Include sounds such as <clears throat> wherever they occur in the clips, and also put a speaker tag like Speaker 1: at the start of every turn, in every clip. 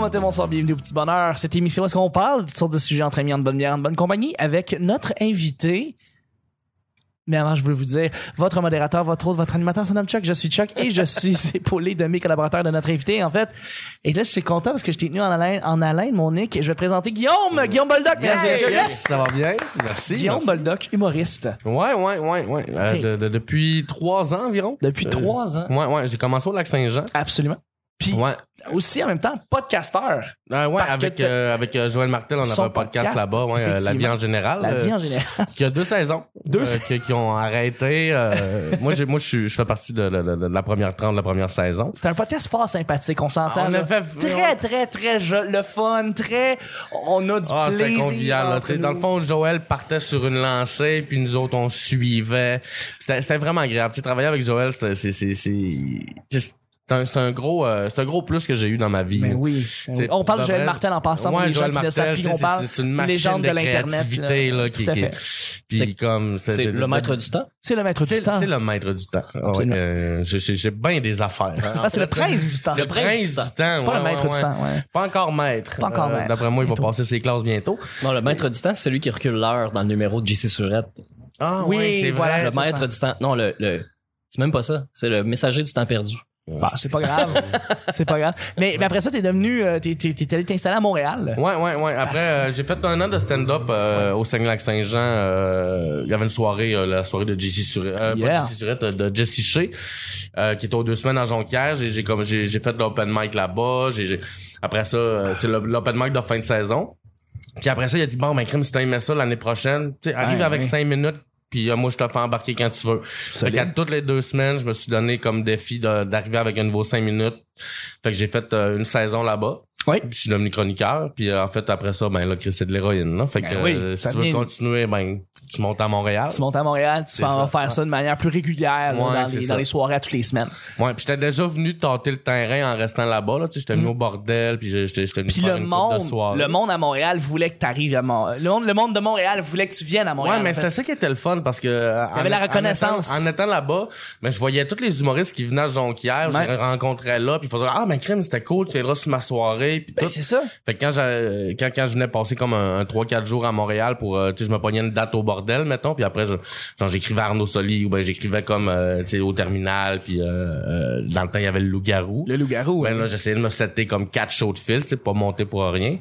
Speaker 1: matin, bonsoir, bienvenue au Petit Bonheur. Cette émission, où est-ce qu'on parle de toutes sortes de sujets entre amis, en bonne bière, en bonne compagnie, avec notre invité. Mais avant, je voulais vous dire, votre modérateur, votre autre, votre animateur, son nom Chuck. Je suis Chuck et je
Speaker 2: <laughs>
Speaker 1: suis épaulé de mes collaborateurs, de notre invité, en fait. Et là, je suis content parce que je t'ai tenu en haleine, en haleine, mon Nick. Je vais présenter Guillaume,
Speaker 2: Euh,
Speaker 1: Guillaume Boldoc. mesdames et messieurs.
Speaker 2: Ça va bien? Merci.
Speaker 1: Guillaume
Speaker 2: merci.
Speaker 1: Boldoc, humoriste.
Speaker 2: Ouais, ouais, ouais, ouais. Euh,
Speaker 1: Ok.
Speaker 2: de- de- depuis trois ans environ.
Speaker 1: Depuis
Speaker 2: Euh,
Speaker 1: trois ans.
Speaker 2: Ouais, ouais. J'ai commencé au Lac-Saint-Jean.
Speaker 1: Absolument. Puis
Speaker 2: Ouais.
Speaker 1: aussi, en même temps, podcasteur.
Speaker 2: Euh, ouais,
Speaker 1: Parce que
Speaker 2: avec,
Speaker 1: t'as-
Speaker 2: euh, avec euh, Joël Martel, on avait
Speaker 1: Son
Speaker 2: un podcast,
Speaker 1: podcast,
Speaker 2: là-bas, ouais, euh, La vie en général.
Speaker 1: La
Speaker 2: euh,
Speaker 1: vie en général.
Speaker 2: qui a deux saisons.
Speaker 1: Deux
Speaker 2: euh,
Speaker 1: saisons.
Speaker 2: qui, qui ont arrêté. euh, moi, j'ai, moi, je suis- je fais partie de, de- de- de la première trente, de la première saison.
Speaker 1: C'est un podcast fort sympathique, on s'entend.
Speaker 2: Ah, On
Speaker 1: là.
Speaker 2: a fait-
Speaker 1: très, très, très je- le fun, très. On a du
Speaker 2: Ah, c'était
Speaker 1: plaisir.
Speaker 2: convivial. là.
Speaker 1: entre
Speaker 2: Tu sais, Dans le
Speaker 1: nous.
Speaker 2: fond, Joël partait sur une lancée, puis nous autres, on suivait. C'était c'était vraiment agréable. Tu sais, travailler avec Joël, c'était- c'est c'est- c'est- c'est- c'est un, c'est un gros euh, c'est un gros plus que j'ai eu dans ma vie.
Speaker 1: Ben oui. ben
Speaker 2: Tu sais,
Speaker 1: oui. On parle de
Speaker 2: pour de
Speaker 1: Joël
Speaker 2: vrai,
Speaker 1: Martel en passant, pour
Speaker 2: Ouais,
Speaker 1: les gens qui
Speaker 2: Joël
Speaker 1: ne
Speaker 2: Martel,
Speaker 1: savent,
Speaker 2: tu
Speaker 1: puis
Speaker 2: sais,
Speaker 1: on
Speaker 2: c'est-
Speaker 1: parle
Speaker 2: c'est une
Speaker 1: de légende
Speaker 2: machine
Speaker 1: de
Speaker 2: de
Speaker 1: l'Internet.
Speaker 2: créativité, là, qui-
Speaker 1: Tout à
Speaker 2: qui-
Speaker 1: fait.
Speaker 2: Puis
Speaker 3: C'est-
Speaker 2: comme c'est-
Speaker 3: C'est
Speaker 2: de-
Speaker 3: le
Speaker 2: de-
Speaker 3: maître du temps.
Speaker 1: C'est le maître du
Speaker 2: C'est
Speaker 1: temps.
Speaker 2: c'est le maître du temps. Ah ouais,
Speaker 1: Absolument.
Speaker 2: euh, j'ai- j'ai j'ai bien des affaires. hein.
Speaker 1: Ah, c'est le prince du temps.
Speaker 2: C'est le prince du temps.
Speaker 1: Pas
Speaker 2: ouais,
Speaker 1: le maître
Speaker 2: ouais,
Speaker 1: du
Speaker 2: ouais.
Speaker 1: temps, ouais.
Speaker 2: Pas encore maître.
Speaker 1: Pas encore
Speaker 2: Euh,
Speaker 1: maître.
Speaker 2: D'après moi, il va
Speaker 1: Bientôt.
Speaker 2: passer ses classes bientôt.
Speaker 3: Non, le maître du temps, c'est celui qui recule l'heure dans le numéro de JC Surette.
Speaker 2: Ah
Speaker 1: Oui, voilà,
Speaker 3: Le
Speaker 1: c'est
Speaker 3: maître
Speaker 1: ça.
Speaker 3: du temps. Non, le. le- c'est même pas ça. C'est le messager du temps perdu.
Speaker 1: Bah, c'est
Speaker 2: <laughs>
Speaker 1: pas grave. c'est pas grave. Mais, mais après ça, t'es devenu. euh, t'es t'es- t'es allé t'installer à Montréal.
Speaker 2: Ouais, ouais, ouais. Après, euh, j'ai fait un an de stand-up euh, au Saguenay-Lac-Saint-Jean. Euh, Il y avait une soirée, euh, la soirée de Jesse Surette, euh,
Speaker 1: Yeah.
Speaker 2: pas Jesse Surette, euh, de Jesse Shea, euh, qui était aux deux semaines à Jonquière. J'ai, j'ai, comme, j'ai, j'ai fait de l'open mic là-bas. J'ai, j'ai- Après ça, euh, c'est le- l'open mic de fin de saison. Puis après ça, il a dit, bon, ben, crime, si t'aimes ça l'année prochaine, tu sais, arrive
Speaker 1: Ouais,
Speaker 2: avec
Speaker 1: ouais.
Speaker 2: cinq minutes. Puis euh, moi, je te fais embarquer quand tu veux. Fait qu'à toutes les deux semaines, je me suis donné comme défi de- d'arriver avec un nouveau cinq minutes. Fait que j'ai fait euh, une saison là-bas.
Speaker 1: Oui.
Speaker 2: Puis je suis devenu chroniqueur. Puis euh, en fait, après ça, ben là, Chris, c'est de l'héroïne. là. Fait que
Speaker 1: Ben oui,
Speaker 2: euh,
Speaker 1: ça
Speaker 2: si tu veux
Speaker 1: vient-
Speaker 2: continuer, ben tu montes à Montréal.
Speaker 1: Tu montes à Montréal, tu
Speaker 2: C'est
Speaker 1: vas
Speaker 2: ça.
Speaker 1: faire ça de manière plus régulière là,
Speaker 2: Ouais,
Speaker 1: dans,
Speaker 2: c'est
Speaker 1: les,
Speaker 2: ça.
Speaker 1: dans les soirées à toutes les semaines.
Speaker 2: Ouais, puis j'étais déjà venu tâter le terrain en restant là-bas. Là. Tu sais, J'étais venu au bordel, puis j'ai- j'étais j'étais venu
Speaker 1: Mhm. Puis
Speaker 2: faire
Speaker 1: le
Speaker 2: une couple de
Speaker 1: monde,
Speaker 2: soirées.
Speaker 1: le monde à Montréal voulait que tu arrives à Montréal. Le monde, le monde de Montréal voulait que tu viennes à Montréal.
Speaker 2: Ouais, mais
Speaker 1: en fait.
Speaker 2: c'est ça qui était le fun parce que. euh,
Speaker 1: T'avais
Speaker 2: en-
Speaker 1: la reconnaissance.
Speaker 2: En étant, en étant là-bas, mais je voyais tous les humoristes qui venaient à Jonquière, je
Speaker 1: Ouais.
Speaker 2: les rencontrais là, puis ils faisaient Ah, ben crème, c'était cool, tu viendras sur ma soirée, puis
Speaker 1: Ben,
Speaker 2: tout.
Speaker 1: c'est ça.
Speaker 2: Fait que quand, j'ai- quand, quand je venais passer comme un, un 3-4 jours à Montréal pour, euh, tu sais, je me pognais une date au bordel, mettons, puis après, je, genre, j'écrivais à Arnaud Soli ou ben j'écrivais comme, euh, tu sais, au terminal, puis euh, euh, dans le temps, il y avait le loup-garou.
Speaker 1: Le loup-garou.
Speaker 2: Ben
Speaker 1: hein.
Speaker 2: là, j'essayais de me setter comme quatre shows de fil, tu sais, pas monter pour rien.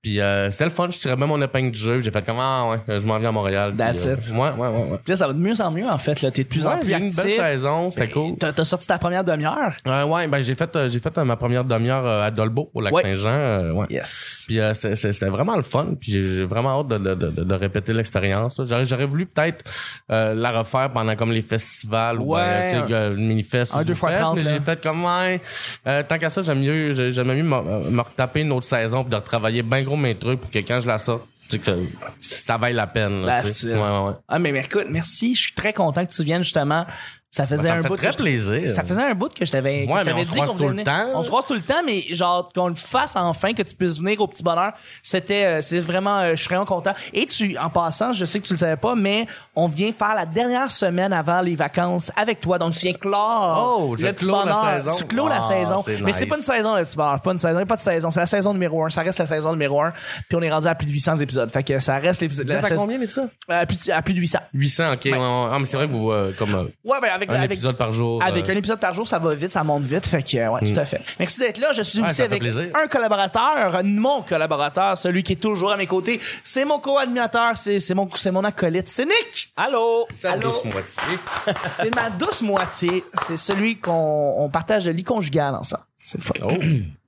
Speaker 2: Puis euh, c'était le fun, je tirais même mon épingle du jeu, j'ai fait comme, ah ouais, je m'en viens à Montréal. puis,
Speaker 1: That's
Speaker 2: euh,
Speaker 1: it.
Speaker 2: Ouais, ouais, ouais. ouais.
Speaker 1: Puis là, ça va de mieux en mieux, en fait. là. T'es de plus en
Speaker 2: Ouais,
Speaker 1: plus
Speaker 2: j'ai eu une
Speaker 1: actif.
Speaker 2: belle saison, c'était
Speaker 1: Ben,
Speaker 2: cool.
Speaker 1: T'as, t'as sorti ta première demi-heure.
Speaker 2: Euh, ouais, ben j'ai fait, euh, j'ai fait euh, ma première demi-heure euh, à Dolbeau au
Speaker 1: Ouais.
Speaker 2: Lac-Saint-Jean. euh, ouais.
Speaker 1: Yes.
Speaker 2: Puis euh, c'est- c'est- c'était vraiment le fun. Puis j'ai j'ai vraiment hâte de, de- de- de répéter l'expérience. là. J'aurais j'aurais voulu peut-être euh, la refaire pendant comme les festivals ou
Speaker 1: Ouais,
Speaker 2: ben, tu sais, euh, le mini-fest.
Speaker 1: un,
Speaker 2: ou
Speaker 1: deux
Speaker 2: le
Speaker 1: fois
Speaker 2: fest,
Speaker 1: trente,
Speaker 2: Mais
Speaker 1: là.
Speaker 2: j'ai fait comme, ouais, euh, tant qu'à ça, j'aime mieux, j'ai- j'aimais mieux me, me retaper une autre saison puis de retravailler bien gros mes trucs pour que quand je la sorte, tu sais, que ça, ça vaille la peine. là, tu
Speaker 1: That's
Speaker 2: sais.
Speaker 1: it.
Speaker 2: Ouais, ouais, ouais.
Speaker 1: Ah, mais, mais écoute, merci. Je suis très content que tu viennes, justement. Ça faisait
Speaker 2: Ben, Ça
Speaker 1: un
Speaker 2: me fait
Speaker 1: bout
Speaker 2: très
Speaker 1: que je-
Speaker 2: plaisir.
Speaker 1: Ça faisait un bout que je t'avais que
Speaker 2: Euh, Ouais,
Speaker 1: je
Speaker 2: mais
Speaker 1: t'avais
Speaker 2: on se
Speaker 1: dit
Speaker 2: croise
Speaker 1: qu'on
Speaker 2: tout le
Speaker 1: venait-
Speaker 2: temps.
Speaker 1: On se croise tout le temps, mais genre qu'on le fasse enfin, que tu puisses venir au petit bonheur. C'était, euh, c'est vraiment, euh, je suis vraiment content. Et tu, en passant, je sais que tu le savais pas, mais on vient faire la dernière semaine avant les vacances avec toi. Donc tu viens clore
Speaker 2: Oh, je
Speaker 1: le petit
Speaker 2: clôt la
Speaker 1: bonheur.
Speaker 2: saison.
Speaker 1: Tu clôt la
Speaker 2: Ah,
Speaker 1: saison.
Speaker 2: c'est
Speaker 1: Mais c'est
Speaker 2: nice.
Speaker 1: pas une saison le petit bonheur, pas une saison, pas de saison. C'est la saison numéro un. Ça reste la saison numéro un. Puis on est rendu à plus de 800 épisodes. Fait que ça reste l'épisode.
Speaker 2: Vous êtes
Speaker 1: la
Speaker 2: à
Speaker 1: saison-
Speaker 2: combien d'épisodes?
Speaker 1: Euh, plus- à plus de 800.
Speaker 2: 800, ok. ouais, ouais, ouais. Ah, mais c'est vrai que vous, euh, comme euh,
Speaker 1: Ouais, ben avec
Speaker 2: un
Speaker 1: avec-
Speaker 2: épisode par jour.
Speaker 1: avec
Speaker 2: euh, Hmm.
Speaker 1: un épisode par jour, ça va vite, ça monte vite. Fait que, ouais, tout à fait. Merci d'être là. Je suis
Speaker 2: Ouais,
Speaker 1: aussi
Speaker 2: ça fait
Speaker 1: avec
Speaker 2: plaisir.
Speaker 1: un collaborateur, mon collaborateur, celui qui est toujours à mes côtés. C'est mon co-animateur, c'est c'est mon, c'est mon acolyte, c'est Nick! Allô!
Speaker 2: ça
Speaker 1: Allô?
Speaker 2: douce moitié.
Speaker 1: C'est ma douce moitié. C'est celui qu'on on partage le lit conjugal ensemble. C'est le fun.
Speaker 2: Oh.
Speaker 1: <clears throat>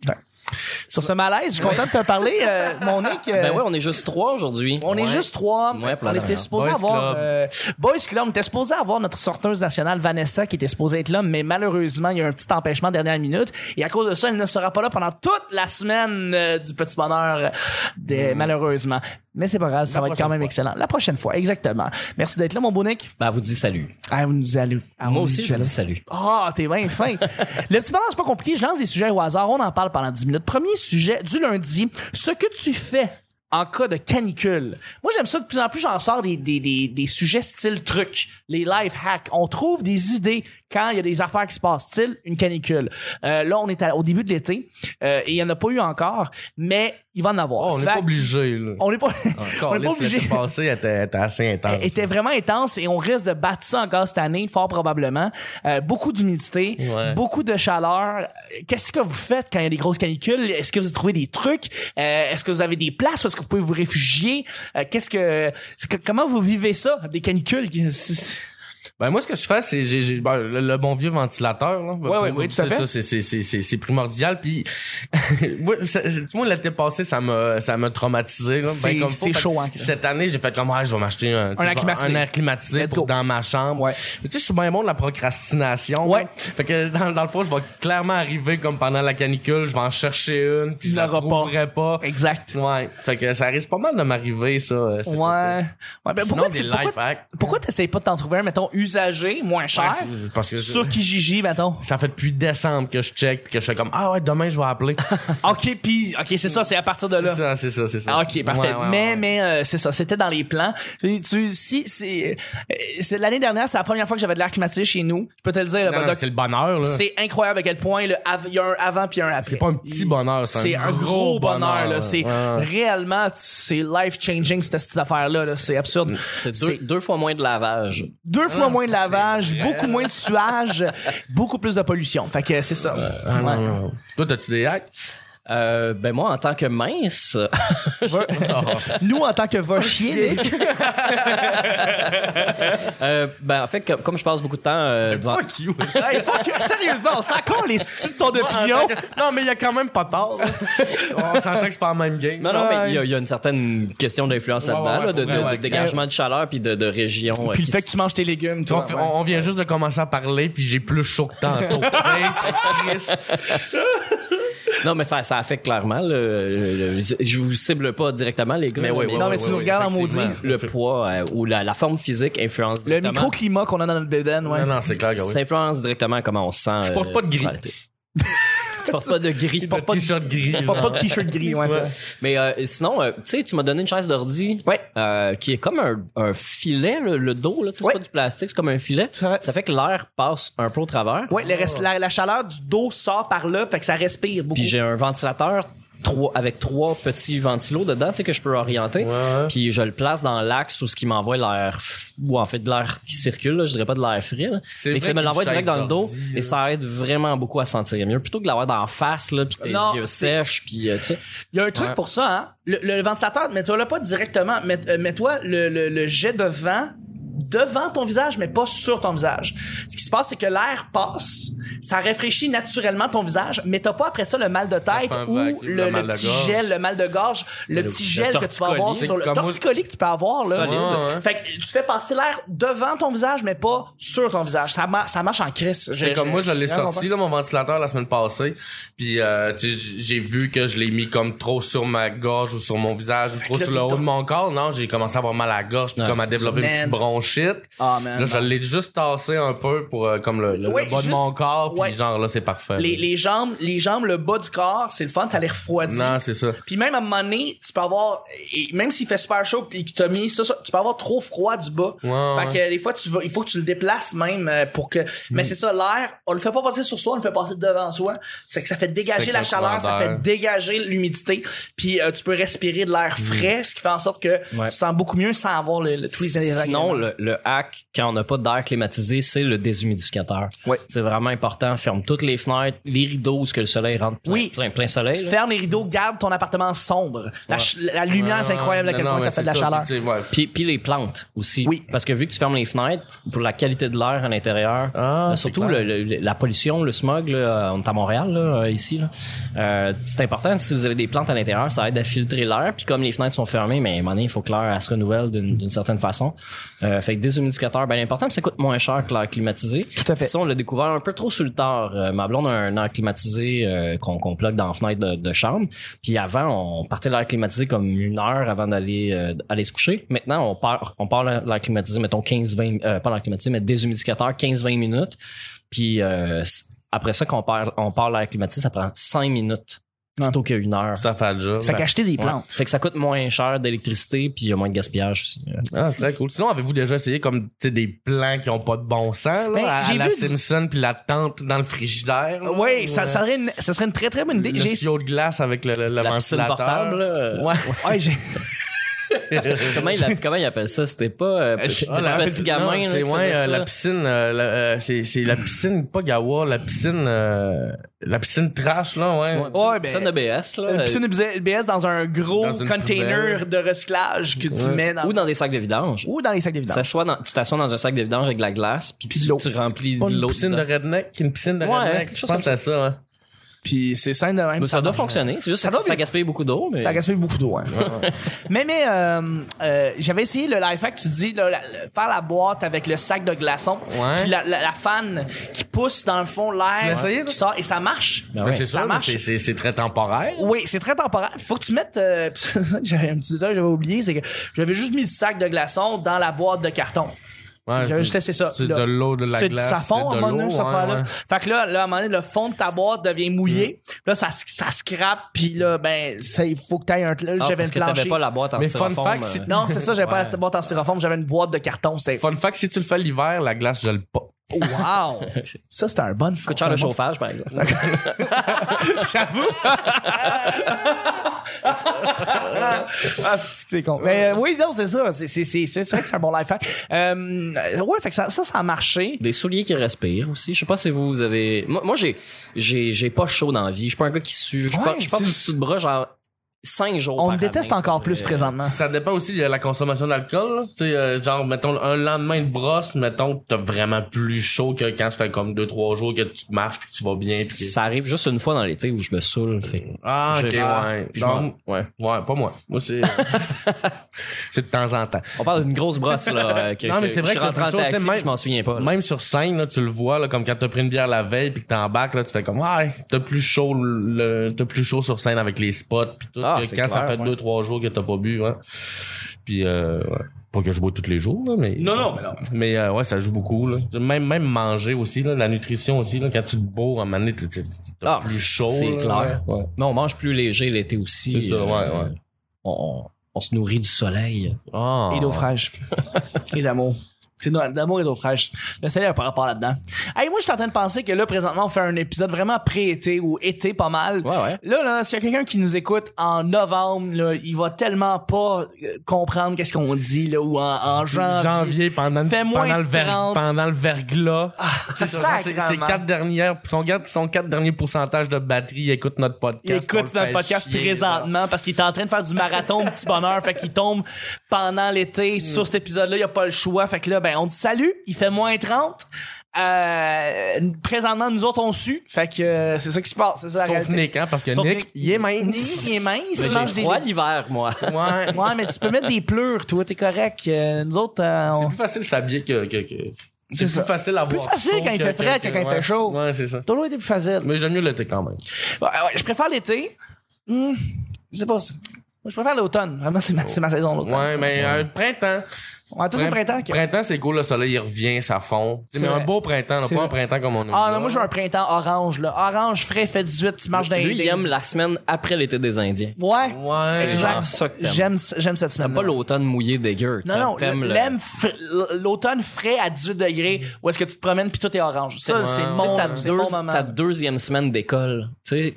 Speaker 1: Ouais. Sur ce malaise, je suis content de te parler, euh, mon Nick. euh,
Speaker 3: Ben ouais, on est juste trois aujourd'hui.
Speaker 1: on est
Speaker 3: Ouais.
Speaker 1: juste trois.
Speaker 3: Ouais,
Speaker 1: on
Speaker 3: plein
Speaker 1: était
Speaker 3: d'argent.
Speaker 1: supposé
Speaker 2: Boys
Speaker 1: avoir
Speaker 2: Club.
Speaker 1: euh, Boys Club. On était supposé avoir notre sorteuse nationale Vanessa qui était supposée être là, mais malheureusement il y a eu un petit empêchement de dernière minute et à cause de ça elle ne sera pas là pendant toute la semaine euh, du petit bonheur euh, des- malheureusement. Mais c'est pas grave, ça va être quand
Speaker 2: prochaine
Speaker 1: même
Speaker 2: fois.
Speaker 1: excellent. La prochaine fois, exactement. Merci d'être là, mon beau Nick.
Speaker 3: Ben, elle vous dit salut.
Speaker 1: Ah, vous nous allez. ah, vous
Speaker 3: Moi
Speaker 1: nous
Speaker 3: aussi, je vous
Speaker 1: allez.
Speaker 3: dis salut.
Speaker 1: Ah, t'es bien
Speaker 2: <laughs>
Speaker 1: fin. Le petit balance, c'est pas compliqué. Je lance des sujets au hasard. On en parle pendant 10 minutes. Premier sujet du lundi. Ce que tu fais en cas de canicule. Moi, j'aime ça que de plus en plus, j'en sors des, des, des, des sujets style truc, les life hacks. On trouve des idées quand il y a des affaires qui se passent, style une canicule. Euh, là, on est à- au début de l'été euh, et il n'y en a pas eu encore, mais il va en avoir.
Speaker 2: Oh, on n'est
Speaker 1: Fait-
Speaker 2: pas obligé, Ah, là.
Speaker 1: On n'est pas, <laughs> on n'est pas obligé.
Speaker 2: L'été passé, elle était, elle était assez intense.
Speaker 1: Elle était vraiment intense et on risque de battre ça encore cette année, fort probablement. Euh, beaucoup d'humidité,
Speaker 2: Ouais.
Speaker 1: beaucoup de chaleur. Euh, Qu'est-ce que vous faites quand il y a des grosses canicules? Est-ce que vous trouvez des trucs? Euh, est-ce que vous avez des places? où Est-ce que vous pouvez vous réfugier? Euh, qu'est-ce que, c'est que- comment vous vivez ça? Des canicules? qui- <laughs> c'est- c'est-
Speaker 2: Ben moi, ce que je fais, c'est j'ai, j'ai- ben, le, le bon vieux ventilateur. Là, Pour-
Speaker 1: ouais, ouais, tout à
Speaker 2: ça,
Speaker 1: fait.
Speaker 2: c'est, c'est, c'est, c'est, c'est primordial. Puis <laughs> moi, ça- moi, l'été passé, ça m'a, ça m'a traumatisé. Là, ben
Speaker 1: C'est-
Speaker 2: comme
Speaker 1: c'est
Speaker 2: faut. Fait
Speaker 1: chaud,
Speaker 2: que
Speaker 1: hein, que-
Speaker 2: Cette année, j'ai fait comme ah, je vais m'acheter un, tu sais,
Speaker 1: acclimatisé.
Speaker 2: un acclimatisé
Speaker 1: Let's
Speaker 2: pour
Speaker 1: go.
Speaker 2: dans ma chambre.
Speaker 1: Ouais.
Speaker 2: Mais tu sais, je suis bien bon de la procrastination.
Speaker 1: Ouais.
Speaker 2: là. Fait que dans, dans le fond, je vais clairement arriver comme pendant la canicule, je vais en chercher une, puis
Speaker 1: Tu
Speaker 2: je la
Speaker 1: l'auras pas.
Speaker 2: trouverai pas.
Speaker 1: Exact.
Speaker 2: Ouais. Fait que ça risque pas mal de m'arriver, ça. euh, cet
Speaker 1: Ouais.
Speaker 2: été.
Speaker 1: Ouais, ben,
Speaker 2: Sinon,
Speaker 1: pourquoi
Speaker 2: des
Speaker 1: tu,
Speaker 2: life
Speaker 1: pourquoi,
Speaker 2: hacks.
Speaker 1: pourquoi t'essayes pas de t'en trouver un, mettons, usagé, moins cher?
Speaker 2: Ouais, c'est- parce que je-
Speaker 1: sur Kijiji,
Speaker 2: <laughs>
Speaker 1: mettons.
Speaker 2: Ça fait depuis décembre que je check puis que je fais comme ah ouais demain je vais appeler.
Speaker 1: OK, puis OK, c'est ça, <laughs> c'est à partir de
Speaker 2: c'est
Speaker 1: là.
Speaker 2: ça, c'est ça, c'est ça.
Speaker 1: Ah, ok, parfait.
Speaker 2: Ouais, ouais,
Speaker 1: mais
Speaker 2: ouais.
Speaker 1: mais euh, c'est ça, c'était dans les plans. Tu, tu- si c'est euh, c'est- l'année dernière, c'est la première fois que j'avais de l'air climatisé chez nous. Je peux te le dire, le
Speaker 2: Non, non,
Speaker 1: Bodoc,
Speaker 2: c'est le bonheur là.
Speaker 1: c'est incroyable à quel point le av- il y a un avant puis un après.
Speaker 2: C'est pas un petit bonheur, c'est un
Speaker 1: C'est un gros
Speaker 2: gros
Speaker 1: bonheur
Speaker 2: bonheur,
Speaker 1: là,
Speaker 2: ouais.
Speaker 1: c'est
Speaker 2: Ouais.
Speaker 1: réellement c'est life changing cette, cette affaire là, c'est absurde.
Speaker 3: C'est
Speaker 1: C'est-
Speaker 3: deux, deux fois moins de lavage.
Speaker 1: Deux fois
Speaker 2: Mm, Ah,
Speaker 1: moins de
Speaker 2: c'est
Speaker 1: lavage,
Speaker 2: vrai.
Speaker 1: beaucoup moins de suage, beaucoup plus de pollution. Fait que c'est ça.
Speaker 2: Ah, non,
Speaker 1: Ouais.
Speaker 2: non, non. Toi t'as-tu
Speaker 1: <laughs>
Speaker 2: des hacks?
Speaker 3: Euh, ben moi, en tant que mince, <laughs>
Speaker 2: <laughs>
Speaker 1: Nous en tant que va chier, Nick,
Speaker 3: euh, ben en fait, comme, comme je passe beaucoup de temps euh, devant...
Speaker 2: Fuck you.
Speaker 1: hey, fuck, sérieusement, on s'en colle les studs de ton
Speaker 2: Moi, en
Speaker 1: opinion.
Speaker 2: tant que- <laughs> Non mais il y a quand même pas tard.
Speaker 1: <laughs>
Speaker 2: là. On s'entend que c'est pas la même game.
Speaker 3: Non, non, mais il y a-
Speaker 2: Ouais.
Speaker 3: il y, a une certaine question d'influence
Speaker 2: Ouais,
Speaker 3: là-dedans,
Speaker 2: ouais,
Speaker 3: là,
Speaker 2: ouais,
Speaker 3: de, de-
Speaker 2: ouais,
Speaker 3: de
Speaker 2: ouais.
Speaker 3: dégagement de chaleur puis de, de région. euh,
Speaker 1: Puis le
Speaker 3: qui
Speaker 1: fait
Speaker 3: s-
Speaker 1: que tu manges tes légumes,
Speaker 2: On,
Speaker 1: toi.
Speaker 2: fait-
Speaker 1: ouais.
Speaker 2: on- on vient juste de commencer à parler puis j'ai plus chaud
Speaker 1: <laughs>
Speaker 2: que tantôt. Tu sais, Chris.
Speaker 3: Non, mais ça, ça affecte clairement. le- le- le- je vous cible pas directement, les gars.
Speaker 2: Mais
Speaker 3: là,
Speaker 2: oui, oui,
Speaker 1: Non, mais
Speaker 2: oui,
Speaker 1: tu
Speaker 2: oui,
Speaker 1: nous
Speaker 2: oui,
Speaker 1: regardes en maudit.
Speaker 2: effectivement.
Speaker 3: le poids euh, ou la, la forme physique influence
Speaker 1: Le
Speaker 3: directement.
Speaker 1: microclimat qu'on a dans notre bédaine, ouais.
Speaker 2: Non non c'est clair que oui.
Speaker 3: Ça influence directement comment on se sent. euh, Je
Speaker 2: porte pas de gris.
Speaker 3: <laughs> tu portes pas de gris.
Speaker 2: Le t-shirt gris.
Speaker 1: Pas,
Speaker 2: genre.
Speaker 1: pas de t-shirt gris, ouais, ça.
Speaker 3: Mais euh, sinon, euh, tu sais, tu m'as donné une chaise d'ordi
Speaker 1: Ouais.
Speaker 3: euh, qui est comme un, un filet, le, le dos, là. Tu sais,
Speaker 1: Ouais.
Speaker 3: c'est pas du plastique, c'est comme un filet.
Speaker 1: Ça-
Speaker 3: Ça fait que l'air passe un peu au travers.
Speaker 1: Ouais, le reste- la, la chaleur du dos sort par là, fait que ça respire beaucoup.
Speaker 3: Puis j'ai un ventilateur trois, avec trois petits ventilos dedans, tu sais, que je peux orienter.
Speaker 2: Ouais.
Speaker 3: Puis je le place dans l'axe où ce qui m'envoie l'air, f- ou en fait de l'air qui circule, là, je dirais pas de l'air frais. là.
Speaker 2: C'est
Speaker 3: Mais
Speaker 2: vrai
Speaker 3: que ça me
Speaker 2: qu'une
Speaker 3: l'envoie direct
Speaker 2: chaise
Speaker 3: dans le dos
Speaker 2: d'ordi,
Speaker 3: et ça aide vraiment beaucoup à sentir mieux. Plutôt que de l'avoir dans la face, là, puis tes
Speaker 1: Non,
Speaker 3: yeux
Speaker 1: c'est-
Speaker 3: sèches, puis euh, tu sais.
Speaker 1: Il y a un truc pour ça, hein. Le, le ventilateur, mets-toi là pas directement, mets- euh, mets-toi le, le, le jet de vent devant ton visage, mais pas sur ton visage. Ce qui se passe, c'est que l'air passe, ça rafraîchit naturellement ton visage, mais t'as pas après ça le mal de tête
Speaker 2: fait un
Speaker 1: ou le,
Speaker 2: vacuum, le mal
Speaker 1: le
Speaker 2: de
Speaker 1: petit
Speaker 2: gorge.
Speaker 1: gel, le mal de gorge, le,
Speaker 3: Le-
Speaker 1: petit
Speaker 3: le
Speaker 1: gel que tu vas avoir
Speaker 3: torticolis.
Speaker 1: sur le
Speaker 2: C'est comme moi-
Speaker 1: torticolis que tu peux avoir, là.
Speaker 3: Solide.
Speaker 2: Ouais, ouais.
Speaker 1: Fait que tu fais passer l'air devant ton visage, mais pas sur ton visage. Ça, ma- ça marche en crise.
Speaker 2: C'est comme moi, je l'ai sorti, là, mon ventilateur, la semaine passée. Puis, euh, tu sais, j- j'ai vu que je l'ai mis comme trop sur ma gorge ou sur mon visage ou trop
Speaker 1: que là,
Speaker 2: sur le
Speaker 1: t'es
Speaker 2: haut de
Speaker 1: dans-
Speaker 2: mon corps. Non, j'ai commencé à avoir mal à la gorge puis
Speaker 3: Ouais,
Speaker 2: comme à
Speaker 3: c'est
Speaker 2: développer
Speaker 1: ça.
Speaker 2: une petite
Speaker 1: Man.
Speaker 2: bronchite.
Speaker 1: Ah, man,
Speaker 2: là, je
Speaker 1: non.
Speaker 2: l'ai juste tassé un peu pour euh, comme le, le- le
Speaker 1: Ouais,
Speaker 2: bas
Speaker 1: juste-
Speaker 2: de mon corps. Puis
Speaker 1: ouais.
Speaker 2: genre, là, c'est parfait.
Speaker 1: Les, les jambes, les jambes, le bas du corps, c'est le fun, ça les refroidit.
Speaker 2: Non, c'est ça.
Speaker 1: Puis même à un moment donné, tu peux avoir, et même s'il fait super chaud puis que t'as mis ça, ça, tu peux avoir trop froid du bas.
Speaker 2: Ouais, Mm.
Speaker 1: fait que des fois, tu vas, il faut que tu le déplaces même euh, pour que, mais c'est ça, l'air, on le fait pas passer sur soi, on le fait passer devant soi. C'est que ça fait dégager
Speaker 2: C'est
Speaker 1: la
Speaker 2: que
Speaker 1: chaleur, ça fait
Speaker 2: l'air.
Speaker 1: dégager l'humidité. Puis euh, tu peux respirer de
Speaker 2: Mm.
Speaker 1: l'air frais, ce qui fait en sorte que
Speaker 3: Ouais.
Speaker 1: tu sens beaucoup mieux sans avoir le, le tous les
Speaker 3: Sinon,
Speaker 1: désagréments.
Speaker 3: le, le hack, quand on n'a pas d'air climatisé, c'est le déshumidificateur.
Speaker 1: Ouais.
Speaker 3: C'est vraiment important. Ferme toutes les fenêtres, les rideaux où ce que le soleil rentre plein,
Speaker 1: Oui.
Speaker 3: plein, plein soleil. là.
Speaker 1: Ferme les rideaux, garde ton appartement sombre. La, ch- la lumière, c'est incroyable à
Speaker 2: Ah, Non,
Speaker 1: quel
Speaker 2: non,
Speaker 1: point
Speaker 2: mais
Speaker 1: ça fait de la
Speaker 2: c'est
Speaker 1: chaleur.
Speaker 2: Puis, tu sais, ouais.
Speaker 3: Puis, puis les plantes aussi.
Speaker 1: Oui.
Speaker 3: Parce que vu que tu fermes les fenêtres, pour la qualité de l'air à l'intérieur,
Speaker 2: Ah,
Speaker 3: euh,
Speaker 2: c'est
Speaker 3: surtout
Speaker 2: clair.
Speaker 3: le- le- la pollution, le smog, là, euh, on est à Montréal, là, euh, ici. là. Euh, c'est important, si vous avez des plantes à l'intérieur, ça aide à filtrer l'air. Puis comme les fenêtres sont fermées, mais à un moment donné, il faut que l'air elle se renouvelle d'une d'une certaine façon. Euh, fait que déshumidificateur, ben l'important, c'est que ça coûte moins cher que l'air climatisé.
Speaker 1: Tout à fait.
Speaker 3: Ça, on l'a découvert un peu trop sur le tard. Euh, ma blonde a un air climatisé euh, qu'on qu'on plug dans la fenêtre de, de chambre. Puis avant, on partait l'air climatisé comme une heure avant d'aller euh, aller se coucher. Maintenant, on part, on part l'air climatisé, mettons 15-20, euh, pas l'air climatisé, mais déshumidificateur 15-20 minutes. Puis euh, c- après ça, qu'on part, on part l'air climatisé, ça prend 5 minutes. plutôt qu'une heure.
Speaker 2: Ça fait le job.
Speaker 1: Ça cachetait des
Speaker 3: Ouais.
Speaker 1: plantes.
Speaker 3: Fait que ça coûte moins cher d'électricité, puis il y a moins de gaspillage aussi.
Speaker 2: Ah, c'est très cool. Sinon, avez-vous déjà essayé comme tu sais, des plans qui ont pas de bon sens, là,
Speaker 1: Ben,
Speaker 2: à, à
Speaker 1: j'ai
Speaker 2: la
Speaker 1: vu du-
Speaker 2: Simpson puis la tente dans le frigidaire? là,
Speaker 1: Oui,
Speaker 2: ou,
Speaker 1: ça,
Speaker 2: euh,
Speaker 1: ça serait une, ça serait une très très bonne idée.
Speaker 2: le
Speaker 1: J'ai-
Speaker 2: tuyau de glace avec le, le, le
Speaker 3: La piscine
Speaker 2: ventilateur.
Speaker 3: portable, là, euh,
Speaker 2: Ouais.
Speaker 1: Ouais, j'ai-
Speaker 3: comment, il a- comment il appelle ça? C'était pas euh, petit,
Speaker 2: Ah,
Speaker 3: <laughs>
Speaker 2: la
Speaker 3: petit
Speaker 2: piscine-
Speaker 3: gamin.
Speaker 2: non,
Speaker 3: là,
Speaker 2: c'est
Speaker 3: qui
Speaker 2: ouais,
Speaker 3: faisait
Speaker 2: euh,
Speaker 3: ça.
Speaker 2: la piscine, euh, la- euh, c'est c'est la piscine pas Gawa, la piscine, euh, la piscine trash là, ouais.
Speaker 3: Ouais,
Speaker 1: Ouais,
Speaker 3: une piscine
Speaker 1: ben,
Speaker 3: ABS, là. euh,
Speaker 1: une piscine BS dans un gros
Speaker 2: Dans une
Speaker 1: container de recyclage que tu mets dans...
Speaker 3: Ou dans des sacs de vidange.
Speaker 1: ou dans les sacs de vidange.
Speaker 3: S'assoit dans- tu t'assois dans un sac de vidange avec de la glace, puis
Speaker 1: Puis
Speaker 3: tu,
Speaker 1: l'eau.
Speaker 3: tu remplis
Speaker 2: Pas
Speaker 3: de
Speaker 2: une
Speaker 3: l'eau.
Speaker 2: piscine de
Speaker 3: dedans.
Speaker 2: redneck, une piscine de
Speaker 3: Ouais,
Speaker 2: redneck.
Speaker 3: quelque
Speaker 2: Je
Speaker 3: chose
Speaker 2: pense
Speaker 3: comme Ben
Speaker 2: que c'est ça. ouais.
Speaker 1: Puis c'est simple de même.
Speaker 3: Mais ça, doit
Speaker 1: marche.
Speaker 3: fonctionner. C'est juste
Speaker 1: Ça
Speaker 3: que
Speaker 1: doit
Speaker 3: ça
Speaker 1: bien-
Speaker 3: gaspille beaucoup d'eau. Mais...
Speaker 1: Ça gaspille beaucoup d'eau. hein. <laughs> mais mais euh, euh, j'avais essayé le life hack, tu dis, là, la- le- faire la boîte avec le sac de glaçons,
Speaker 2: Ouais.
Speaker 1: puis la, la- la fan qui pousse dans le fond
Speaker 2: l'as
Speaker 1: l'air,
Speaker 2: essayé, là?
Speaker 1: qui sort, et ça marche.
Speaker 3: Ben
Speaker 2: Mais
Speaker 3: ouais.
Speaker 2: c'est
Speaker 1: ça
Speaker 2: sûr, mais
Speaker 1: marche.
Speaker 2: c'est- c'est c'est très temporaire.
Speaker 1: Oui, c'est très temporaire. Faut que tu mettes. euh, <laughs> j'avais un petit détail, que j'avais oublié, c'est que j'avais juste mis le sac de glaçons dans la boîte de carton.
Speaker 2: Ouais,
Speaker 1: J'avais juste laissé ça.
Speaker 2: C'est
Speaker 1: là.
Speaker 2: de l'eau, de la
Speaker 1: C'est-
Speaker 2: glace.
Speaker 1: Ça fond à un
Speaker 2: c'est de
Speaker 1: moment donné,
Speaker 2: l'eau,
Speaker 1: cette
Speaker 2: ouais,
Speaker 1: affaire-là.
Speaker 2: ouais. Mm.
Speaker 1: Fait que là, là, à un moment donné, le fond de ta boîte devient mouillé. Là, ça, se- ça scrape, puis là, ben, ça, il faut que t'ailles un. Là,
Speaker 3: Ah,
Speaker 1: j'avais
Speaker 3: parce
Speaker 1: une
Speaker 3: que t'avais
Speaker 1: planche.
Speaker 3: pas la boîte en
Speaker 2: Mais fun
Speaker 3: styrofoam.
Speaker 2: fact, si-
Speaker 3: euh,
Speaker 1: Non, c'est ça, j'avais pas
Speaker 2: Ouais.
Speaker 1: la boîte en styrofoam, j'avais une boîte de carton. C'est.
Speaker 2: Fun fact, si tu le fais l'hiver, la glace, je le pas.
Speaker 1: <laughs> Wow! ça, c'était un bon.
Speaker 3: coûte cher le chauffage, par exemple.
Speaker 1: J'avoue! ah, c'est c'est con. Mais euh, oui, non, c'est ça. C'est- C'est c'est- c'est vrai que c'est un bon life hack. Euh, ouais, fait que ça, ça, ça a marché.
Speaker 3: Des souliers qui respirent aussi. Je sais pas si vous avez. Moi, moi, j'ai, j'ai, j'ai pas chaud dans la vie. Je suis pas un gars qui sue. Je
Speaker 1: Ouais,
Speaker 3: porte, je porte
Speaker 1: c'est-
Speaker 3: du sous de bras genre 5 jours.
Speaker 1: On
Speaker 3: par
Speaker 1: le déteste
Speaker 3: année.
Speaker 1: encore plus présentement.
Speaker 2: Ça dépend aussi de la consommation d'alcool. là. Tu sais, euh, genre, mettons, un lendemain de brosse, mettons, t'as vraiment plus chaud que quand ça fait comme deux, trois jours que tu marches puis que tu vas bien. Puis...
Speaker 3: Ça arrive juste une fois dans l'été où je me saoule. Fait.
Speaker 2: Ah,
Speaker 3: Je-
Speaker 2: ok,
Speaker 3: ah,
Speaker 2: ouais.
Speaker 3: puis je
Speaker 2: Donc,
Speaker 3: m'en- ouais.
Speaker 2: ouais, pas moi. Moi,
Speaker 3: <laughs>
Speaker 2: c'est... euh, c'est de temps en temps.
Speaker 3: On parle d'une grosse
Speaker 2: <laughs>
Speaker 3: brosse, là. euh, que-
Speaker 2: Non, mais
Speaker 3: que-
Speaker 2: c'est vrai
Speaker 3: je
Speaker 2: que
Speaker 3: rentre en
Speaker 2: t'as plus chaud,
Speaker 3: taxi,
Speaker 2: tu sais, même-
Speaker 3: je m'en souviens pas. là.
Speaker 2: Même sur scène, là, tu le vois, là, comme quand t'as pris une bière la veille puis que t'es en bac, là, tu fais comme, ah, t'as plus chaud, le, t'as plus chaud sur scène avec les spots puis tout.
Speaker 3: Ah,
Speaker 2: que
Speaker 3: c'est
Speaker 2: quand ça
Speaker 3: clair,
Speaker 2: fait
Speaker 3: ouais.
Speaker 2: deux, trois jours que t'as pas bu, ouais. Puis, euh, ouais. Pas que je bois tous les jours, là, mais.
Speaker 1: Non, non, mais non.
Speaker 2: Mais euh, ouais, ça joue beaucoup, là. Même, même manger aussi, là, la nutrition aussi, là. Quand tu te bourres, à un moment donné, t'es- t'es- t'es
Speaker 3: Ah,
Speaker 2: plus
Speaker 3: c'est-
Speaker 2: chaud.
Speaker 3: c'est
Speaker 2: là,
Speaker 3: clair.
Speaker 2: ouais.
Speaker 3: Mais on mange plus léger l'été aussi.
Speaker 2: C'est ça,
Speaker 3: Euh,
Speaker 2: ouais, ouais.
Speaker 3: On, on- on se nourrit du soleil.
Speaker 2: Ah.
Speaker 1: Et d'offrage. et d'amour. C'est no- d'amour et d'offrage. Le soleil a pas rapport là-dedans. Hey, moi, je suis en train de penser que là, présentement, on fait un épisode vraiment pré-été ou été pas mal.
Speaker 3: Ouais, ouais.
Speaker 1: Là, là, s'il y a quelqu'un qui nous écoute en novembre, là, il va tellement pas euh, comprendre qu'est-ce qu'on dit, là, ou en, en janvier.
Speaker 2: pendant,
Speaker 1: Fait moins
Speaker 2: pendant, le ver-
Speaker 1: 30.
Speaker 2: pendant le verglas. Ah, C'est ça, genre, c'est- c'est
Speaker 1: sacrément.
Speaker 2: quatre dernières, son, quatre- son quatre derniers pourcentages de batterie, écoute notre podcast.
Speaker 1: Il écoute
Speaker 2: on le
Speaker 1: notre
Speaker 2: fait
Speaker 1: podcast
Speaker 2: chier, genre.
Speaker 1: présentement parce qu'il est en train de faire du marathon petit bonheur. Fait qu'il tombe pendant l'été
Speaker 2: Mm.
Speaker 1: sur cet épisode-là. Il a pas le choix. Fait que là, ben, on te salue. Il fait moins 30. Euh, présentement, nous autres, on sue. Fait que euh, c'est ça qui se passe. C'est ça la
Speaker 2: Sauf
Speaker 1: réalité.
Speaker 2: Nick, hein, parce que
Speaker 1: Sauf
Speaker 2: Nick,
Speaker 1: Nick.
Speaker 2: il est mince. Ben,
Speaker 1: Nick, il est mince. Il
Speaker 3: Mais
Speaker 1: mange
Speaker 3: J'ai
Speaker 1: des
Speaker 3: froid l'hiver, moi.
Speaker 2: Ouais.
Speaker 1: Ouais, mais tu peux mettre des pleurs, toi, t'es correct. Euh, nous autres, euh,
Speaker 2: C'est
Speaker 1: on...
Speaker 2: plus facile de s'habiller que. que, que-
Speaker 1: C'est
Speaker 2: C'est plus
Speaker 1: ça.
Speaker 2: facile à voir.
Speaker 1: facile
Speaker 2: chaud
Speaker 1: quand il fait frais que quand il fait
Speaker 2: ouais.
Speaker 1: chaud.
Speaker 2: Ouais, c'est ça.
Speaker 1: T'as loin été plus facile.
Speaker 2: Mais j'aime mieux l'été quand même.
Speaker 1: Ouais, ouais, je préfère l'été. Hmm, je sais pas. ça. Moi, je préfère l'automne. Vraiment, c'est ma, c'est ma saison, l'automne.
Speaker 2: Oh. Ouais, mais euh, printemps.
Speaker 1: On a tous le
Speaker 2: Print-
Speaker 1: printemps. que-
Speaker 2: Printemps, c'est cool, le soleil, il revient, ça fond. Tu sais,
Speaker 1: C'est
Speaker 2: Mais un
Speaker 1: vrai.
Speaker 2: beau printemps, là,
Speaker 1: C'est
Speaker 2: pas un
Speaker 1: vrai.
Speaker 2: printemps comme on a.
Speaker 1: Ah
Speaker 2: eu
Speaker 1: non, moi,
Speaker 2: là.
Speaker 1: j'ai un printemps orange, là. Orange frais, fait 18, tu marches dans les-
Speaker 3: Lui, il
Speaker 1: des-
Speaker 3: aime la semaine après l'été des Indiens.
Speaker 1: Ouais.
Speaker 2: Ouais.
Speaker 1: C'est
Speaker 3: genre
Speaker 1: exact.
Speaker 3: ça que t'aimes.
Speaker 1: J'aime, j'aime cette semaine.
Speaker 3: Pas l'automne mouillé dégueu.
Speaker 1: Non, non,
Speaker 3: T'aimes le-
Speaker 1: l'aime fr- l'automne frais à 18 degrés où est-ce que tu te promènes puis tout est orange. Ça,
Speaker 2: Ouais.
Speaker 1: c'est
Speaker 2: Tu sais,
Speaker 1: mon,
Speaker 3: ta,
Speaker 1: c'est
Speaker 3: deux-
Speaker 1: mon moment.
Speaker 3: ta deuxième semaine d'école. Tu sais,